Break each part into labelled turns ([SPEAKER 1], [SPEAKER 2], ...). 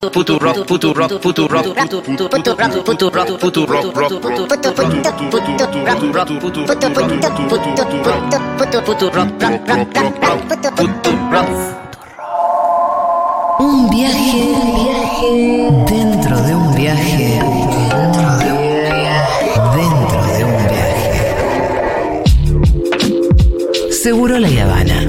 [SPEAKER 1] Puto rock, puto rock, puto rock, puto rock, puto rock, puto rock, puto rock, rock, rock, puto puto puto rock, rock, puto puto puto puto puto puto puto rock, rock, rock, rock, rock, puto rock.
[SPEAKER 2] Un viaje, un viaje dentro de un viaje, dentro de un viaje, dentro de un viaje. Seguro la Habana.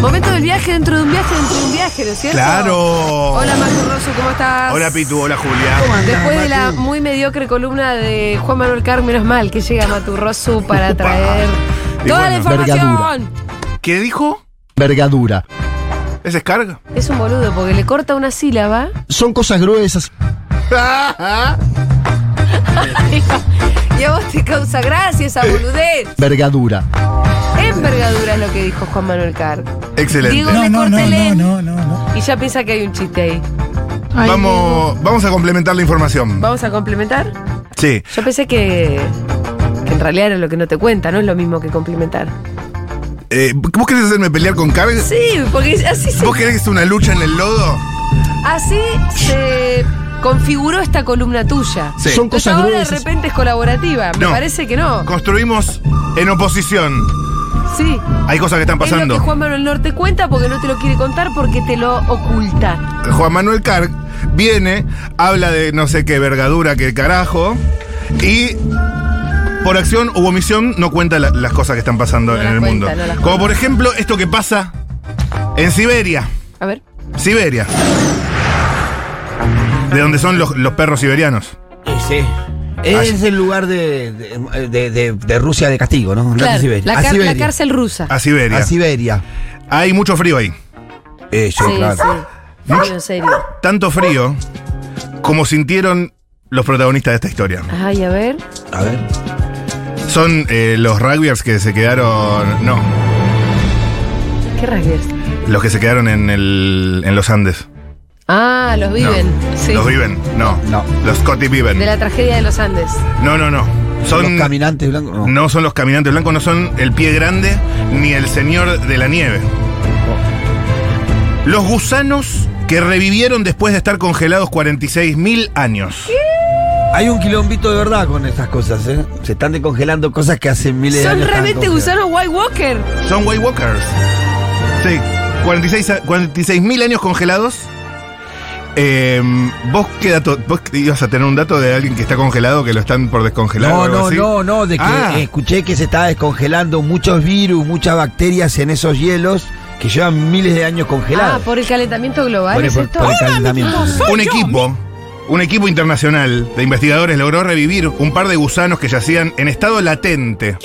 [SPEAKER 3] Momento del viaje dentro de un viaje dentro de un viaje, ¿no es cierto?
[SPEAKER 4] Claro.
[SPEAKER 3] Hola Marco Rosso, ¿cómo estás?
[SPEAKER 4] Hola Pitu, hola Julia.
[SPEAKER 3] Después de la muy mediocre columna de Juan Manuel Carr, menos mal que llega Maturrosu para traer
[SPEAKER 4] Y
[SPEAKER 3] toda la
[SPEAKER 4] bueno,
[SPEAKER 3] información.
[SPEAKER 4] ¿Qué dijo?
[SPEAKER 5] Vergadura.
[SPEAKER 4] ¿Es descarga?
[SPEAKER 3] Es un boludo porque le corta una sílaba.
[SPEAKER 5] Son cosas gruesas.
[SPEAKER 3] y a vos te causa gracia esa boludez.
[SPEAKER 5] Vergadura.
[SPEAKER 3] Envergadura es lo que dijo Juan Manuel Carr.
[SPEAKER 4] Excelente.
[SPEAKER 3] Diego
[SPEAKER 6] No,
[SPEAKER 3] le
[SPEAKER 6] no,
[SPEAKER 3] corta
[SPEAKER 6] no,
[SPEAKER 3] el
[SPEAKER 6] no,
[SPEAKER 3] en
[SPEAKER 6] no, no, no.
[SPEAKER 3] y ya piensa que hay un chiste ahí.
[SPEAKER 4] vamos, vamos a complementar la información.
[SPEAKER 3] ¿Vamos a complementar?
[SPEAKER 4] Sí.
[SPEAKER 3] Yo pensé que, que en realidad era lo que no te cuenta, no es lo mismo que complementar.
[SPEAKER 4] Eh, ¿Vos querés hacerme pelear con Carg?
[SPEAKER 3] Sí, porque así se,
[SPEAKER 4] ¿Vos querés que sea una lucha en el lodo?
[SPEAKER 3] así se configuró esta columna tuya.
[SPEAKER 4] Sí.
[SPEAKER 5] Son
[SPEAKER 3] Entonces
[SPEAKER 5] cosas
[SPEAKER 3] ahora de
[SPEAKER 5] gruesas.
[SPEAKER 3] repente es colaborativa. Me
[SPEAKER 4] No.
[SPEAKER 3] parece que no.
[SPEAKER 4] Construimos en oposición.
[SPEAKER 3] Sí.
[SPEAKER 4] Hay cosas que están
[SPEAKER 3] Es lo
[SPEAKER 4] pasando.
[SPEAKER 3] que Juan Manuel Norte cuenta porque no te lo quiere contar porque te lo oculta.
[SPEAKER 4] Juan Manuel Carg viene, habla de no sé qué vergadura, qué carajo, y por acción u omisión no cuenta la- las cosas que están pasando
[SPEAKER 3] No
[SPEAKER 4] en
[SPEAKER 3] las
[SPEAKER 4] el
[SPEAKER 3] cuenta,
[SPEAKER 4] mundo.
[SPEAKER 3] no las
[SPEAKER 4] Como
[SPEAKER 3] cuenta.
[SPEAKER 4] por ejemplo esto que pasa en Siberia.
[SPEAKER 3] A ver.
[SPEAKER 4] Siberia. De donde son los, los perros siberianos.
[SPEAKER 7] Sí. Es el lugar de, de, de- de- de Rusia de castigo, ¿no?
[SPEAKER 3] Claro,
[SPEAKER 7] Siberia.
[SPEAKER 3] la,
[SPEAKER 7] a
[SPEAKER 3] car- la
[SPEAKER 7] Siberia.
[SPEAKER 3] cárcel rusa.
[SPEAKER 4] A Siberia.
[SPEAKER 7] A Siberia.
[SPEAKER 4] Hay mucho frío ahí.
[SPEAKER 7] Eh, yo,
[SPEAKER 3] sí,
[SPEAKER 7] claro.
[SPEAKER 3] sí. Frío, en serio.
[SPEAKER 4] Tanto frío como sintieron los protagonistas de esta historia.
[SPEAKER 3] Ay, a ver.
[SPEAKER 7] A ver.
[SPEAKER 4] Son eh, los rugbyers que se quedaron. No,
[SPEAKER 3] ¿Qué rasgues?
[SPEAKER 4] los que se quedaron en, el, en los Andes.
[SPEAKER 3] Ah, los viven. sí.
[SPEAKER 4] Los viven, no.
[SPEAKER 7] No.
[SPEAKER 4] Los Scotty viven.
[SPEAKER 3] De la tragedia de los Andes.
[SPEAKER 4] No, no, no. Son.
[SPEAKER 7] Los caminantes blancos. No.
[SPEAKER 4] No son los caminantes blancos, no son el pie grande ni el señor de la nieve. Los gusanos que revivieron después de estar congelados 46.000 años.
[SPEAKER 7] Hay un quilombito de verdad con estas cosas, ¿eh? Se están descongelando cosas que hace miles de
[SPEAKER 3] Son
[SPEAKER 7] años. estaban
[SPEAKER 3] realmente
[SPEAKER 7] congeladas.
[SPEAKER 3] gusanos White Walker.
[SPEAKER 4] Son White Walkers. Sí, 46 a- 46.000 años congelados. Eh, ¿Vos qué dato? ¿Vos ibas a tener un dato de alguien que está congelado, que lo están por descongelar? o
[SPEAKER 7] No,
[SPEAKER 4] algo
[SPEAKER 7] no,
[SPEAKER 4] así?
[SPEAKER 7] no, no, de que
[SPEAKER 4] Ah.
[SPEAKER 7] escuché que se está descongelando muchos virus, muchas bacterias en esos hielos que llevan miles de años
[SPEAKER 3] Ah,
[SPEAKER 7] congelados.
[SPEAKER 3] por el calentamiento global,
[SPEAKER 7] Por el-
[SPEAKER 3] ¿es
[SPEAKER 7] por-
[SPEAKER 3] esto?
[SPEAKER 7] por el calentamiento.
[SPEAKER 4] Un equipo, un equipo internacional de investigadores logró revivir un par de gusanos que yacían en estado latente.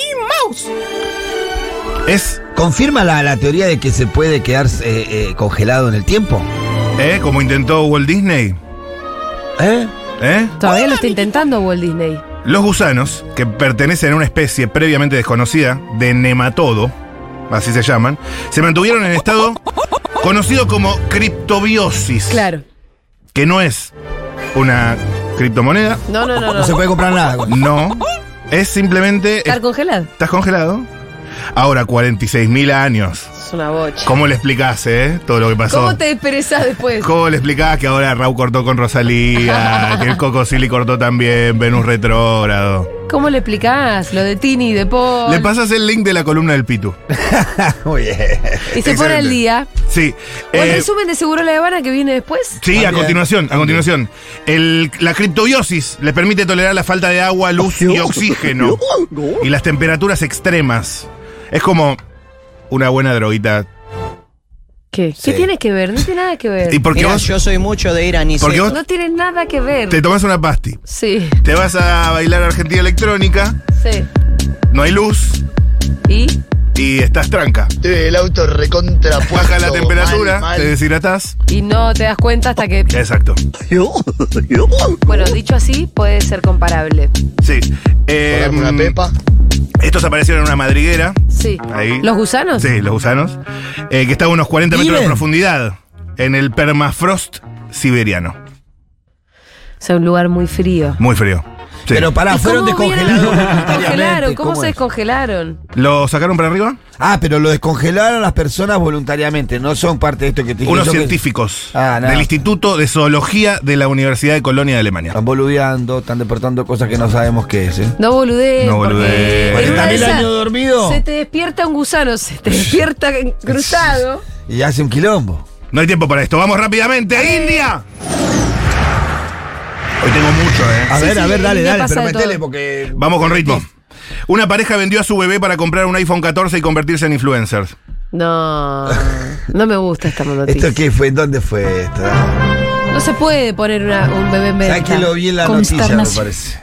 [SPEAKER 4] Es,
[SPEAKER 7] ¿Confirma la, la teoría de que se puede quedar eh, eh, congelado en el tiempo?
[SPEAKER 4] ¿eh? Como intentó Walt Disney,
[SPEAKER 7] ¿Eh?
[SPEAKER 4] ¿eh?
[SPEAKER 3] Todavía lo está intentando Walt Disney.
[SPEAKER 4] Los gusanos, que pertenecen a una especie previamente desconocida de nematodo, así se llaman, se mantuvieron en estado conocido como criptobiosis,
[SPEAKER 3] Claro.
[SPEAKER 4] que no es una criptomoneda,
[SPEAKER 3] No, no, no,
[SPEAKER 7] No
[SPEAKER 3] no.
[SPEAKER 7] se puede comprar nada. con-
[SPEAKER 4] no, es simplemente
[SPEAKER 3] Estar congelado.
[SPEAKER 4] ¿Estás congelado? Ahora, 46.000 años.
[SPEAKER 3] Es una bocha.
[SPEAKER 4] ¿Cómo le explicás, eh? Todo lo que pasó.
[SPEAKER 3] ¿Cómo te desperezás después?
[SPEAKER 4] ¿Cómo le explicás que ahora Raúl cortó con Rosalía, que el Coco Silly cortó también, Venus retrógrado?
[SPEAKER 3] ¿Cómo le explicás lo de Tini, de Paul?
[SPEAKER 4] Le pasas el link de la columna del Pitu.
[SPEAKER 7] Muy bien.
[SPEAKER 3] y se pone al día.
[SPEAKER 4] Sí.
[SPEAKER 3] O el
[SPEAKER 4] eh,
[SPEAKER 3] resumen de Seguro La Habana que viene después.
[SPEAKER 4] Sí, a
[SPEAKER 7] También.
[SPEAKER 4] continuación, a continuación. El- la criptobiosis les permite tolerar la falta de agua, luz y oxígeno. Y las temperaturas extremas. Es como una buena droguita.
[SPEAKER 3] ¿Qué?
[SPEAKER 7] Sí.
[SPEAKER 3] ¿Qué tiene que ver? No tiene nada que ver.
[SPEAKER 4] Y porque
[SPEAKER 6] Mirá,
[SPEAKER 4] vos,
[SPEAKER 6] yo soy mucho de ir a Niceto.
[SPEAKER 4] porque vos
[SPEAKER 3] No tiene nada que ver.
[SPEAKER 4] te tomás una pasti.
[SPEAKER 3] Sí,
[SPEAKER 4] Te vas a bailar Argentina Electrónica,
[SPEAKER 3] sí.
[SPEAKER 4] no hay luz
[SPEAKER 3] ¿Y?
[SPEAKER 4] y estás tranca.
[SPEAKER 8] El auto recontra
[SPEAKER 4] Baja la temperatura,
[SPEAKER 8] mal, mal.
[SPEAKER 4] te deshidratás.
[SPEAKER 3] Y no te das cuenta hasta que.
[SPEAKER 4] Exacto.
[SPEAKER 3] Bueno, dicho así, puede ser comparable.
[SPEAKER 4] Sí. Eh,
[SPEAKER 8] Con una pepa.
[SPEAKER 4] Estos aparecieron en una madriguera.
[SPEAKER 3] Sí.
[SPEAKER 4] Ahí.
[SPEAKER 3] ¿Los gusanos?
[SPEAKER 4] Sí, los gusanos. eh, que estaba a unos 40 metros de
[SPEAKER 7] ¿Viven?
[SPEAKER 4] profundidad. En el permafrost siberiano.
[SPEAKER 3] O sea, un lugar muy frío.
[SPEAKER 4] Muy frío. Sí.
[SPEAKER 7] Pero pará,
[SPEAKER 3] ¿Y
[SPEAKER 7] fueron
[SPEAKER 3] cómo hubieran-
[SPEAKER 7] descongelados.
[SPEAKER 3] Descongelaron,
[SPEAKER 7] voluntariamente,
[SPEAKER 3] ¿cómo, se
[SPEAKER 7] es?
[SPEAKER 3] descongelaron?
[SPEAKER 4] ¿Lo sacaron para arriba?
[SPEAKER 7] Ah, pero lo descongelaron las personas voluntariamente, no son parte de esto que te dije.
[SPEAKER 4] Unos
[SPEAKER 7] yo que-
[SPEAKER 4] científicos
[SPEAKER 7] Ah, nada.
[SPEAKER 4] del Instituto de Zoología de la Universidad de Colonia de Alemania.
[SPEAKER 7] Están boludeando, están deportando cosas que no sabemos qué es, ¿eh?
[SPEAKER 3] No boludé.
[SPEAKER 4] No boludeen.
[SPEAKER 3] En una de
[SPEAKER 7] 40.000
[SPEAKER 3] esas
[SPEAKER 7] años dormido.
[SPEAKER 3] Se te despierta un gusano, se te despierta cruzado.
[SPEAKER 7] Y hace un quilombo.
[SPEAKER 4] No hay tiempo para esto. Vamos rápidamente a India. Hoy tengo mucho, ¿eh?
[SPEAKER 7] A
[SPEAKER 3] Sí,
[SPEAKER 7] ver, a
[SPEAKER 3] sí,
[SPEAKER 7] ver, dale,
[SPEAKER 3] me
[SPEAKER 7] dale,
[SPEAKER 3] pasa
[SPEAKER 7] pero
[SPEAKER 3] de todo.
[SPEAKER 7] metele porque.
[SPEAKER 4] Vamos con ritmo. Una pareja vendió a su bebé para comprar un iPhone 14 y convertirse en influencers.
[SPEAKER 3] No, no me gusta esta noticia.
[SPEAKER 7] ¿Esto qué fue? ¿Dónde fue esto?
[SPEAKER 3] No se puede poner una- un bebé en
[SPEAKER 7] ¿Sabes que
[SPEAKER 3] venta.
[SPEAKER 7] lo vi en la noticia, me
[SPEAKER 6] Consternación.
[SPEAKER 7] parece?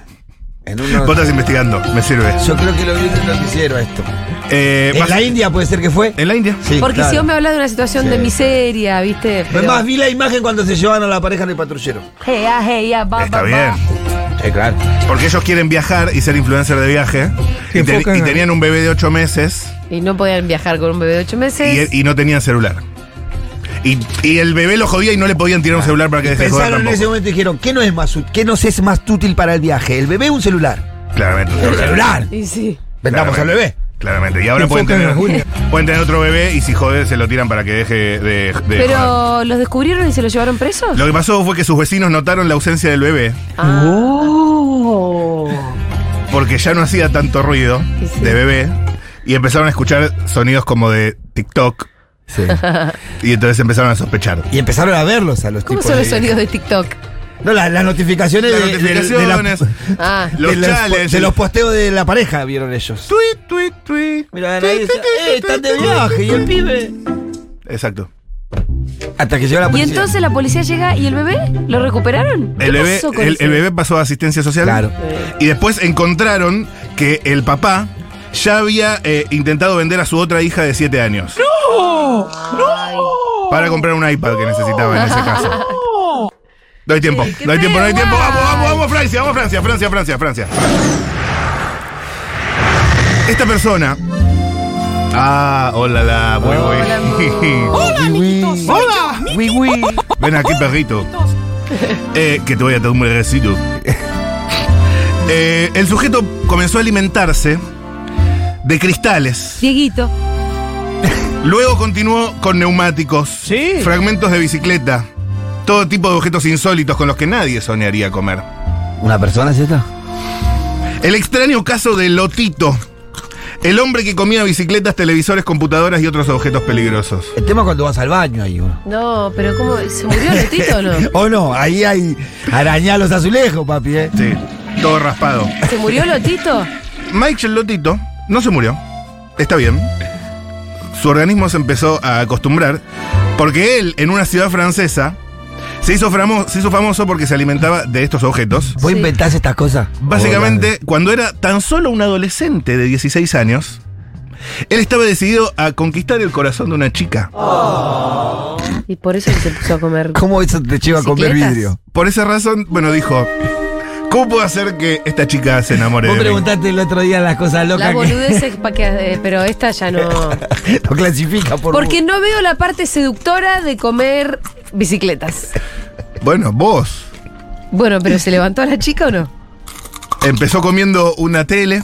[SPEAKER 7] En uno-
[SPEAKER 4] Vos estás investigando, me sirve.
[SPEAKER 7] Yo creo que lo vi en el noticiero esto.
[SPEAKER 4] Eh,
[SPEAKER 7] ¿En
[SPEAKER 4] vas-
[SPEAKER 7] la India puede ser que fue?
[SPEAKER 4] ¿En la India?
[SPEAKER 7] Sí,
[SPEAKER 3] Porque si
[SPEAKER 7] claro.
[SPEAKER 3] vos me hablas de una situación
[SPEAKER 7] Sí.
[SPEAKER 3] de miseria, ¿viste? Pero-
[SPEAKER 7] Además, vi la imagen cuando se llevaron a la pareja en el patrullero.
[SPEAKER 3] Hey, ah, hey, ah, ba,
[SPEAKER 4] Está
[SPEAKER 3] ba,
[SPEAKER 4] bien.
[SPEAKER 3] ba.
[SPEAKER 7] Sí, claro.
[SPEAKER 4] Porque ellos quieren viajar y ser influencer de viaje. Y, te-
[SPEAKER 7] enfocan
[SPEAKER 4] y
[SPEAKER 7] a-
[SPEAKER 4] tenían un bebé de 8 meses
[SPEAKER 3] Y no podían viajar con un bebé de 8 meses.
[SPEAKER 4] y, y no tenían celular. Y, y el bebé lo jodía y no le podían tirar un celular para que deje de joder
[SPEAKER 7] Ah. Pensaron en ese
[SPEAKER 4] tampoco.
[SPEAKER 7] momento y dijeron, ¿qué no es más ú- qué nos es más útil para el viaje? ¿El bebé o un celular?
[SPEAKER 4] Claramente. un
[SPEAKER 7] ¡Un
[SPEAKER 4] celular.
[SPEAKER 7] celular!
[SPEAKER 3] Y sí.
[SPEAKER 7] Vendamos al
[SPEAKER 4] Claramente.
[SPEAKER 7] bebé.
[SPEAKER 4] Claramente. Y ahora pueden
[SPEAKER 7] Enfocan
[SPEAKER 4] tener,
[SPEAKER 7] a Julia.
[SPEAKER 4] pueden tener otro bebé y si joder se lo tiran para que deje de, de joder.
[SPEAKER 3] Pero, ¿los descubrieron y se los llevaron presos?
[SPEAKER 4] Lo que pasó fue que sus vecinos notaron la ausencia del bebé
[SPEAKER 3] Ah.
[SPEAKER 4] Uh, porque ya no hacía tanto ruido
[SPEAKER 3] Y sí.
[SPEAKER 4] de bebé y empezaron a escuchar sonidos como de TikTok
[SPEAKER 7] Sí.
[SPEAKER 4] y entonces empezaron a sospechar.
[SPEAKER 7] Y empezaron a verlos a los
[SPEAKER 3] ¿Cómo
[SPEAKER 7] tipos
[SPEAKER 3] son los
[SPEAKER 7] de-
[SPEAKER 3] sonidos de TikTok?
[SPEAKER 7] No, la- las notificaciones,
[SPEAKER 4] Las
[SPEAKER 7] de- de- de la-
[SPEAKER 4] notificaciones,
[SPEAKER 3] Ah.
[SPEAKER 4] los
[SPEAKER 7] de, las-
[SPEAKER 4] challenges.
[SPEAKER 7] de los posteos de la pareja vieron ellos.
[SPEAKER 4] Tweet, tweet, tweet.
[SPEAKER 7] Mira, ahí dice, ¡eh, están de viaje! Y el pibe.
[SPEAKER 4] Exacto.
[SPEAKER 7] Hasta que llegó la
[SPEAKER 3] Y
[SPEAKER 7] policía.
[SPEAKER 3] entonces la policía llega y el bebé lo recuperaron. ¿Qué
[SPEAKER 4] El bebé,
[SPEAKER 3] pasó con
[SPEAKER 4] el,
[SPEAKER 3] ese?
[SPEAKER 4] el bebé pasó a asistencia social.
[SPEAKER 7] Claro.
[SPEAKER 4] Y después encontraron que el papá ya había eh, intentado vender a su otra hija de 7 años.
[SPEAKER 3] Ay.
[SPEAKER 4] Para comprar un iPad que necesitaba en ese caso. No hay tiempo,
[SPEAKER 3] Ey, qué
[SPEAKER 4] no hay tiempo, no hay
[SPEAKER 3] feo,
[SPEAKER 4] tiempo.
[SPEAKER 3] guay.
[SPEAKER 4] Vamos, vamos, vamos, Francia, vamos, Francia, Francia, Francia, Francia. Esta persona. Ah, hola, la, muy
[SPEAKER 3] Hola, amor.
[SPEAKER 4] ¡Hola! Ven aquí, perrito. Eh, que te voy a dar un merecido. Eh, el sujeto comenzó a alimentarse de cristales.
[SPEAKER 3] Dieguito.
[SPEAKER 4] Luego continuó con neumáticos, fragmentos de bicicleta, todo tipo de objetos insólitos con los que nadie soñaría comer.
[SPEAKER 7] ¿Una persona es esta?
[SPEAKER 4] El extraño caso de Lotito, el hombre que comía bicicletas, televisores, computadoras y otros objetos peligrosos.
[SPEAKER 7] El tema es cuando vas al baño ahí, uno.
[SPEAKER 3] No, pero ¿cómo? ¿Se murió el Lotito o no?
[SPEAKER 7] O no, ahí hay arañá los azulejos, papi, ¿eh?
[SPEAKER 4] Sí, todo raspado.
[SPEAKER 3] ¿Se murió Lotito?
[SPEAKER 4] Mike el Lotito no se murió, está bien. Su organismo se empezó a acostumbrar porque él, en una ciudad francesa, se hizo, framo- se hizo famoso porque se alimentaba de estos objetos.
[SPEAKER 7] ¿Vos
[SPEAKER 3] Sí.
[SPEAKER 7] inventás estas cosas?
[SPEAKER 4] Básicamente, cuando era tan solo un adolescente de 16 años, él estaba decidido a conquistar el corazón de una chica.
[SPEAKER 3] Y por eso se puso a comer.
[SPEAKER 7] ¿Cómo eso te lleva a comer
[SPEAKER 3] Bicicletas.
[SPEAKER 7] vidrio?
[SPEAKER 4] Por esa razón, bueno, dijo, ¿cómo puedo hacer que esta chica se enamore
[SPEAKER 7] Vos
[SPEAKER 4] de mí?
[SPEAKER 7] preguntaste el otro día las cosas
[SPEAKER 3] La
[SPEAKER 7] locas
[SPEAKER 3] boludez es pa' que. eh, pero esta ya no.
[SPEAKER 7] que lo clasifica por
[SPEAKER 3] Porque no veo la parte seductora de comer bicicletas.
[SPEAKER 4] Bueno, vos.
[SPEAKER 3] Bueno, pero ¿se levantó a la chica o no?
[SPEAKER 4] Empezó comiendo una tele.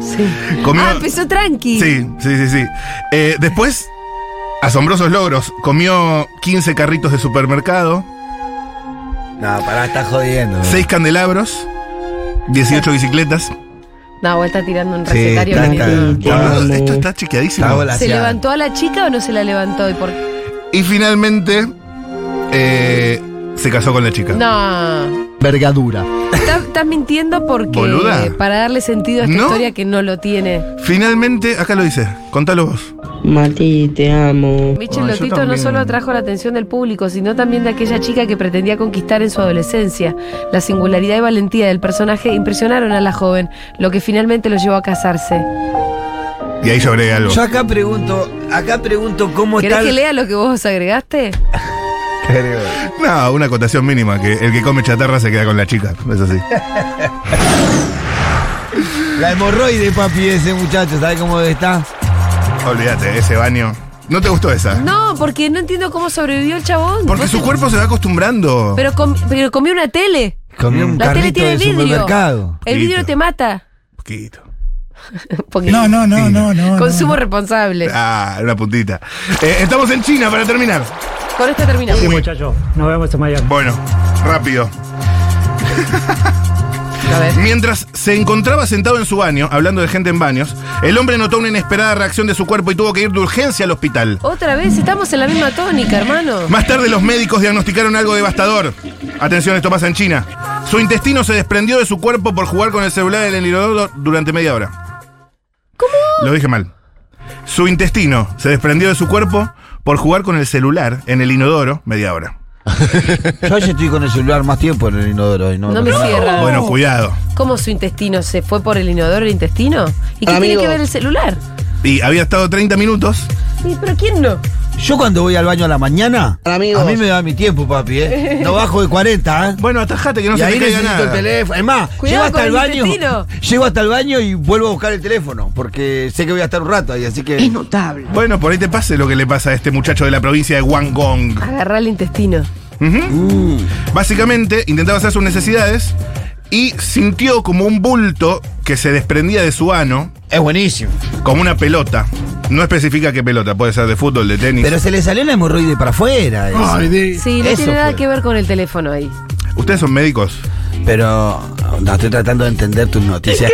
[SPEAKER 3] Sí.
[SPEAKER 4] Comió...
[SPEAKER 3] Ah, empezó tranqui.
[SPEAKER 4] Sí, sí, sí, sí. Eh, después, asombrosos logros. Comió 15 carritos de supermercado,
[SPEAKER 7] No, pará, estás jodiendo.
[SPEAKER 4] 6 candelabros, 18 bicicletas.
[SPEAKER 3] No, vos está tirando un
[SPEAKER 7] Sí,
[SPEAKER 3] recetario.
[SPEAKER 7] está-
[SPEAKER 3] Daniel.
[SPEAKER 7] está-
[SPEAKER 4] Boludo, esto está chequeadísimo.
[SPEAKER 7] Está volando.
[SPEAKER 3] ¿Se levantó a la chica o no se la levantó? ¿Y por qué?
[SPEAKER 4] Y finalmente eh, se casó con la chica.
[SPEAKER 3] No.
[SPEAKER 5] Vergadura.
[SPEAKER 3] Estás estás mintiendo porque.
[SPEAKER 4] Boluda.
[SPEAKER 3] Para darle sentido a esta
[SPEAKER 4] ¿No?
[SPEAKER 3] historia que no lo tiene.
[SPEAKER 4] Finalmente, acá lo dice, contalo vos.
[SPEAKER 6] Mati, te amo.
[SPEAKER 3] Michel
[SPEAKER 4] Ah, yo
[SPEAKER 3] Lotito no
[SPEAKER 4] también.
[SPEAKER 3] solo atrajo la atención del público, sino también de aquella chica que pretendía conquistar en su adolescencia. La singularidad y valentía del personaje impresionaron a la joven, lo que finalmente lo llevó a casarse.
[SPEAKER 4] Y ahí yo agregué algo.
[SPEAKER 7] Yo acá pregunto, acá pregunto cómo
[SPEAKER 3] ¿Querés
[SPEAKER 7] está.
[SPEAKER 3] que lea lo que vos agregaste?
[SPEAKER 4] No, una acotación mínima, que el que come chatarra se queda con la chica. Es así.
[SPEAKER 7] La hemorroide, papi, ese muchacho, ¿sabes cómo está?
[SPEAKER 4] Olvídate, ese baño. ¿No te gustó esa?
[SPEAKER 3] No, porque no entiendo cómo sobrevivió el chabón.
[SPEAKER 4] Porque
[SPEAKER 3] Vos
[SPEAKER 4] su
[SPEAKER 3] te-
[SPEAKER 4] cuerpo se va acostumbrando.
[SPEAKER 3] Pero, com- pero comió una tele.
[SPEAKER 7] Comió un
[SPEAKER 3] Mm. La tele
[SPEAKER 7] carrito
[SPEAKER 3] tiene
[SPEAKER 7] del
[SPEAKER 3] vidrio.
[SPEAKER 7] supermercado.
[SPEAKER 3] El vidrio
[SPEAKER 4] Listo.
[SPEAKER 3] te mata.
[SPEAKER 4] Poquito.
[SPEAKER 3] Porque
[SPEAKER 9] No, no, no, no, no.
[SPEAKER 3] consumo responsable.
[SPEAKER 4] Ah, una puntita. Eh, estamos en China para terminar.
[SPEAKER 3] Con esto terminamos.
[SPEAKER 9] Muchachos, nos vemos en Miami.
[SPEAKER 4] Bueno, rápido.
[SPEAKER 3] A ver.
[SPEAKER 4] Mientras se encontraba sentado en su baño, hablando de gente en baños, el hombre notó una inesperada reacción de su cuerpo y tuvo que ir de urgencia al hospital.
[SPEAKER 3] Otra vez, estamos en la misma tónica, hermano.
[SPEAKER 4] Más tarde los médicos diagnosticaron algo devastador. Atención, esto pasa en China. Su intestino se desprendió de su cuerpo por jugar con el celular en el inodoro durante media hora. ¿Cómo? Lo dije mal. Su intestino se desprendió de su cuerpo por jugar con el celular en el inodoro media hora.
[SPEAKER 7] Yo ayer estoy con el celular más tiempo en el inodoro y no.
[SPEAKER 3] No me
[SPEAKER 7] pasa nada.
[SPEAKER 3] cierra.
[SPEAKER 4] Bueno, cuidado.
[SPEAKER 3] ¿Cómo su intestino se fue por el inodoro el intestino? ¿Y qué tiene
[SPEAKER 6] Amigo.
[SPEAKER 3] que ver el celular?
[SPEAKER 4] Y había estado 30 minutos.
[SPEAKER 3] Sí, pero ¿quién no?
[SPEAKER 7] Yo cuando voy al baño a la mañana,
[SPEAKER 6] Amigos.
[SPEAKER 7] a mí me da mi tiempo, papi, ¿eh? No bajo de 40, ¿eh?
[SPEAKER 4] Bueno, atajate que no
[SPEAKER 7] y
[SPEAKER 4] se
[SPEAKER 7] ahí
[SPEAKER 4] te caiga
[SPEAKER 7] necesito el
[SPEAKER 4] nada.
[SPEAKER 7] teléfono. Es más,
[SPEAKER 3] Cuidado
[SPEAKER 7] llego hasta
[SPEAKER 3] con
[SPEAKER 7] el
[SPEAKER 3] el
[SPEAKER 7] baño.
[SPEAKER 3] intestino.
[SPEAKER 7] Llego hasta el baño y vuelvo a buscar el teléfono. Porque sé que voy a estar un rato ahí, así que.
[SPEAKER 4] Bueno, por ahí te pase lo que le pasa a este muchacho de la provincia de Guangdong.
[SPEAKER 3] Agarrar el intestino.
[SPEAKER 7] Uh,
[SPEAKER 4] Básicamente intentaba hacer sus necesidades y sintió como un bulto que se desprendía de su ano,
[SPEAKER 7] es buenísimo.
[SPEAKER 4] como una pelota. No especifica qué pelota, puede ser de fútbol, de tenis.
[SPEAKER 7] Pero se le salió la hemorroide para afuera. eso.
[SPEAKER 3] Sí, no
[SPEAKER 7] Eso
[SPEAKER 3] tiene nada
[SPEAKER 7] fue.
[SPEAKER 3] que ver con el teléfono ahí.
[SPEAKER 4] Ustedes son médicos.
[SPEAKER 7] Pero no, estoy tratando de entender tus noticias.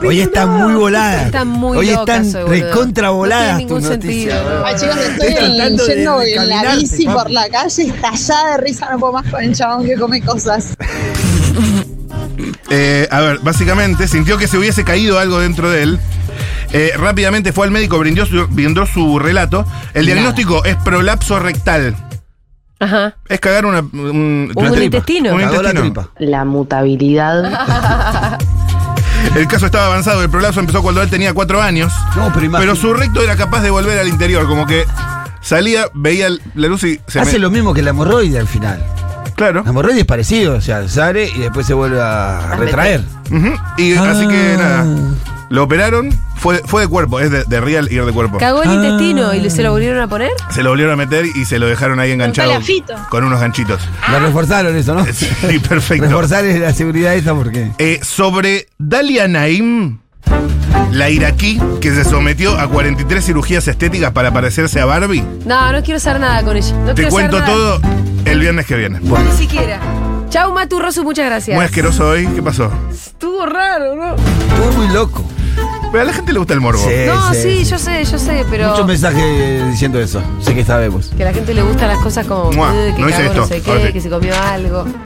[SPEAKER 7] que Hoy están muy voladas.
[SPEAKER 3] Están muy
[SPEAKER 7] Hoy
[SPEAKER 3] locas
[SPEAKER 7] están
[SPEAKER 3] hoy, boludo.
[SPEAKER 7] recontra
[SPEAKER 3] No
[SPEAKER 7] voladas
[SPEAKER 3] tiene
[SPEAKER 7] tus
[SPEAKER 3] ningún
[SPEAKER 7] noticias.
[SPEAKER 3] sentido.
[SPEAKER 7] boludo.
[SPEAKER 10] Ah, chicos, estoy
[SPEAKER 7] Estoy tratando de
[SPEAKER 10] yendo en la
[SPEAKER 7] recaminarte,
[SPEAKER 10] bici
[SPEAKER 7] papi.
[SPEAKER 10] por la calle, estallada de risa, no puedo más con el chabón que come cosas.
[SPEAKER 4] Eh, a ver, básicamente sintió que se hubiese caído algo dentro de él. Eh, rápidamente fue al médico, brindó su, brindó su relato. El diagnóstico es prolapso rectal.
[SPEAKER 3] Ajá.
[SPEAKER 4] Es cagar una. Un,
[SPEAKER 3] Un intestino.
[SPEAKER 4] Un
[SPEAKER 7] Cagó la
[SPEAKER 4] intestino.
[SPEAKER 7] tripa.
[SPEAKER 6] La mutabilidad.
[SPEAKER 4] El caso estaba avanzado, el prolapso empezó cuando él tenía cuatro años.
[SPEAKER 7] No, pero imagínate.
[SPEAKER 4] Pero su recto era capaz de volver al interior, como que salía, veía el- la luz y se
[SPEAKER 7] Hace
[SPEAKER 4] me-
[SPEAKER 7] lo mismo que la hemorroide al final.
[SPEAKER 4] Claro.
[SPEAKER 7] La hemorroide es parecido, o sea, sale y después se vuelve a retraer.
[SPEAKER 4] Ujú. Y
[SPEAKER 7] Ah.
[SPEAKER 4] así que nada. Lo operaron, fue, fue de cuerpo, es de, de real ir de cuerpo.
[SPEAKER 3] Cagó el
[SPEAKER 7] Ah.
[SPEAKER 3] intestino y se lo volvieron a poner.
[SPEAKER 4] Se lo volvieron a meter y se lo dejaron ahí enganchado
[SPEAKER 10] Con palafito.
[SPEAKER 4] con unos ganchitos.
[SPEAKER 7] Lo reforzaron eso, ¿no?
[SPEAKER 4] Sí, perfecto.
[SPEAKER 7] Reforzar es la seguridad esa porque.
[SPEAKER 4] Eh, sobre Dalia Naim, la iraquí que se sometió a 43 cirugías estéticas para parecerse a Barbie.
[SPEAKER 3] No, no quiero saber nada con ella. No
[SPEAKER 4] Te
[SPEAKER 3] quiero saber
[SPEAKER 4] cuento
[SPEAKER 3] nada.
[SPEAKER 4] todo el viernes que viene.
[SPEAKER 3] Ni siquiera. Chau, Matu Rosu, muchas gracias.
[SPEAKER 4] Muy asqueroso hoy, ¿qué pasó?
[SPEAKER 3] Estuvo raro, ¿no?
[SPEAKER 7] Estuvo muy loco.
[SPEAKER 4] Pero a la gente le gusta el morbo.
[SPEAKER 3] No, sí, yo sé, yo sé, pero.
[SPEAKER 7] Muchos mensajes diciendo eso. Sé que sabemos.
[SPEAKER 3] Que a la gente le gustan las cosas como
[SPEAKER 4] Mua,
[SPEAKER 3] "Eh, que
[SPEAKER 4] no hice
[SPEAKER 3] cagó no
[SPEAKER 4] esto".
[SPEAKER 3] sé qué,
[SPEAKER 4] Ahora sí.
[SPEAKER 3] que se comió algo.